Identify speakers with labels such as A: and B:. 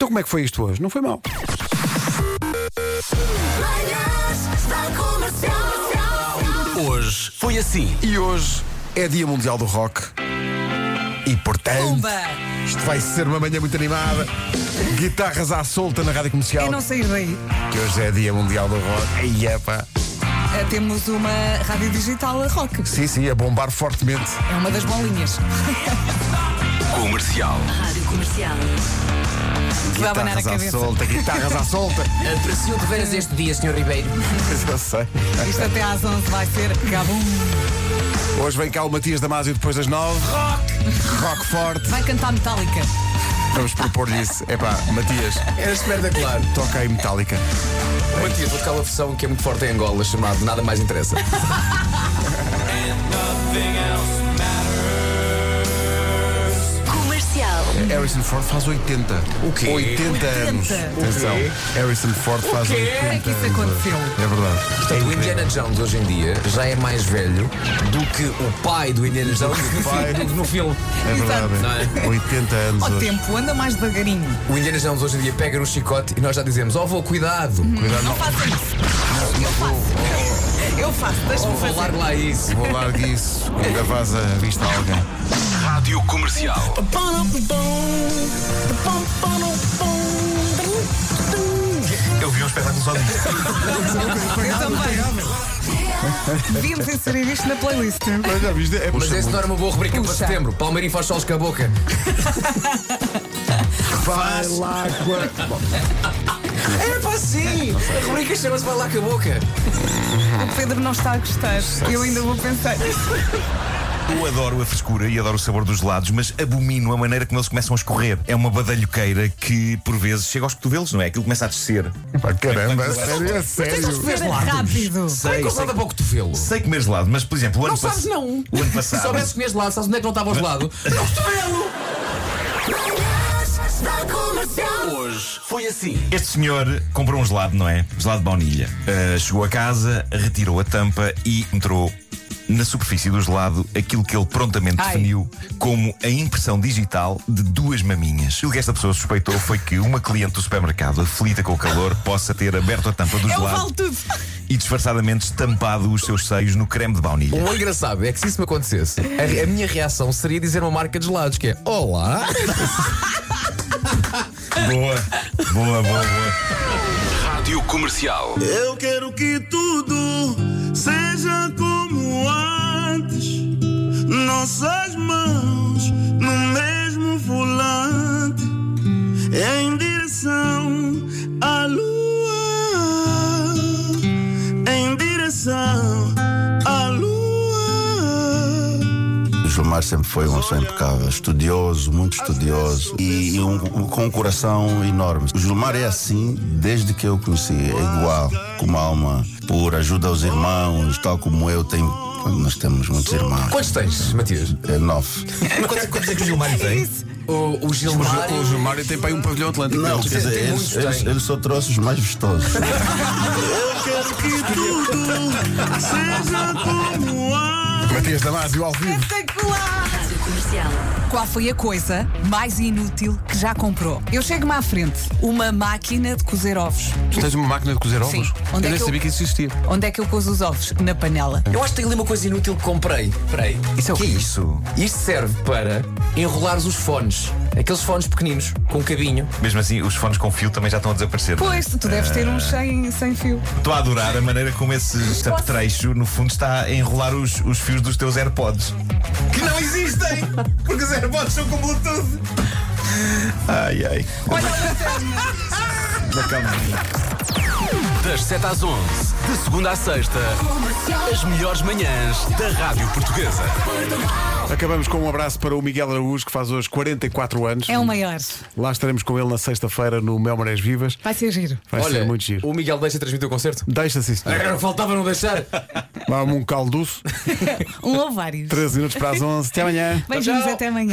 A: Então como é que foi isto hoje? Não foi mal.
B: Manhãs da Comercial.
C: Hoje foi assim.
A: E hoje é Dia Mundial do Rock. E portanto,
D: Pumba!
A: isto vai ser uma manhã muito animada. Guitarras à solta na rádio comercial.
D: Eu não sei daí.
A: Que hoje é Dia Mundial do Rock. E é, epá.
D: Eh, Temos uma rádio digital a rock.
A: Sim, sim, a bombar fortemente.
D: É uma das bolinhas.
C: Comercial.
D: Que dá a banar a
A: Guitarras à
D: cabeça.
A: solta, guitarras à solta.
C: Apreciou de veras este dia, Sr. Ribeiro.
A: Eu sei.
D: Isto até às 11 vai ser cabum.
A: Hoje vem cá o Matias Damasio depois das nove. Rock! Rock forte.
D: Vai cantar Metallica.
A: Vamos propor-lhe isso. Epá, Matias,
C: Era É espetacular.
A: toca aí metálica.
C: Matias, vou tocar uma versão que é muito forte em Angola, chamado Nada Mais Interessa.
B: Comercial.
A: Harrison Ford faz 80.
C: O quê?
A: 80 anos.
D: 80?
A: Atenção. Harrison Ford faz 80.
D: Como é que isso
A: anos.
D: aconteceu?
A: É verdade.
C: O Indiana Jones hoje em dia já é mais velho do que o pai do Indiana Jones no
A: pai.
C: filme- no filme.
A: É verdade.
C: Não
A: 80 anos
D: Ao
A: hoje.
D: tempo, anda mais devagarinho.
C: é? O Indiana Jones hoje em dia pega no chicote e nós já dizemos: Oh, vou, cuidado.
A: Cuidado,
D: Não
A: não.
D: façam isso. Eu faço. Eu faço. Deixa-me
C: Vou
D: fazer.
C: largo lá isso.
A: Vou largar isso. Ainda vais a vista a alguém.
E: Rádio Comercial. Eu vi um espetáculo só disto.
D: Eu também. Devíamos inserir isto na playlist.
A: Mas já viste? É
C: Mas esse não era uma boa rubrica para
D: Puxa.
C: setembro. Palmeirinho faz solos com a boca.
A: Vai lá com a- Bom,
C: É pá, sim. A rubrica chama-se Vai lá com a boca.
D: O Pedro não está a gostar. Eu ainda vou pensar.
E: Eu adoro a frescura e adoro o sabor dos gelados, mas abomino a maneira como eles começam a escorrer. É uma badalhoqueira que, por vezes, chega aos cotovelos, não é? Aquilo começa a descer.
A: Pá, caramba, a sério, a sério.
D: Mas é rápido.
C: Ai,
E: sei,
C: coçada para o cotovelo.
E: sei comer gelado, mas, por exemplo, o ano,
C: Não sabes,
E: pass-
C: não.
E: o ano
C: Se
E: passado.
C: soubesse que neste lado, sabes onde é que não estava ao gelado? Não cotovelo!
B: Manhãs da Comercial.
E: Este senhor comprou um gelado, não é? Gelado de baunilha. Uh, chegou a casa, retirou a tampa e entrou na superfície do gelado aquilo que ele prontamente
D: Ai.
E: definiu como a impressão digital de duas maminhas. O que esta pessoa suspeitou foi que uma cliente do supermercado, aflita com o calor, possa ter aberto a tampa do
D: Eu
E: gelado
D: falo tudo.
E: e disfarçadamente estampado os seus seios no creme de baunilha.
C: O engraçado é que se isso me acontecesse, a, a minha reação seria dizer uma marca de gelados, que é Olá!
E: Boa, boa, boa, boa.
F: Eu quero que tudo seja como antes. Nossas mãos no mesmo volante, em direção à lua. Em direção à lua.
G: O Gilmar sempre foi um- uma pessoa impecável, estudioso, muito estudioso e, e um- um- com um coração enorme. O Gilmar é assim desde que eu o conheci, é igual, com uma alma pura, ajuda aos irmãos, tal como eu tenho. Nós temos muitos irmãos,
C: Quantos tens, Matias?
G: é nove.
C: Quantos, é que o Gilmário tem? O, o Gilmário.
A: O Gilmário tem para aí um pavilhão atlântico.
G: Não,
C: tem-
G: quer dizer, é
C: tem
G: ele,
C: muitos,
G: ele-
C: tem.
G: ele só trouxe os mais vistosos.
F: Quero que tudo seja como antes.
A: Matias Damasio ao vivo.
D: Espetacular! Qual foi a coisa mais inútil que já comprou? Eu chego-me à frente. Uma máquina de cozer ovos.
A: Tu tens uma máquina de cozer ovos?
D: Sim.
A: Eu
D: Onde é
A: nem
D: que eu-
A: sabia que isso existia.
D: Onde é que eu cozo os ovos? Na panela.
C: Eu acho que tem ali uma coisa inútil que comprei. Peraí.
A: Isso é o
C: que
A: quê?
C: isso? Isto serve para enrolares os fones. Aqueles fones pequeninos, com um cabinho.
E: Mesmo assim, os fones com fio também já estão a desaparecer. não é?
D: Pois, tu deves ter um sem, sem fio.
E: Estou a adorar a maneira como esse apetrecho, no fundo, está a enrolar os, os fios dos teus AirPods. Que não existem! Porque os AirPods são com Bluetooth. Ai, ai.
H: Das 7 às 11, de segunda à sexta, as melhores manhãs da Rádio Portuguesa.
A: Acabamos com um abraço para o Miguel Araújo, que faz hoje 44 anos.
D: É o maior.
A: Lá estaremos com ele na sexta-feira no Mel Marés Vivas.
D: Vai ser giro.
A: Vai ser É muito giro.
C: o Miguel deixa transmitir o concerto.
A: Deixa-se isso.
C: Era o que faltava não deixar.
A: Vamos um calduço.
D: Um ou vários.
A: 13 minutos para as 11. Até amanhã.
D: Beijinhos até amanhã.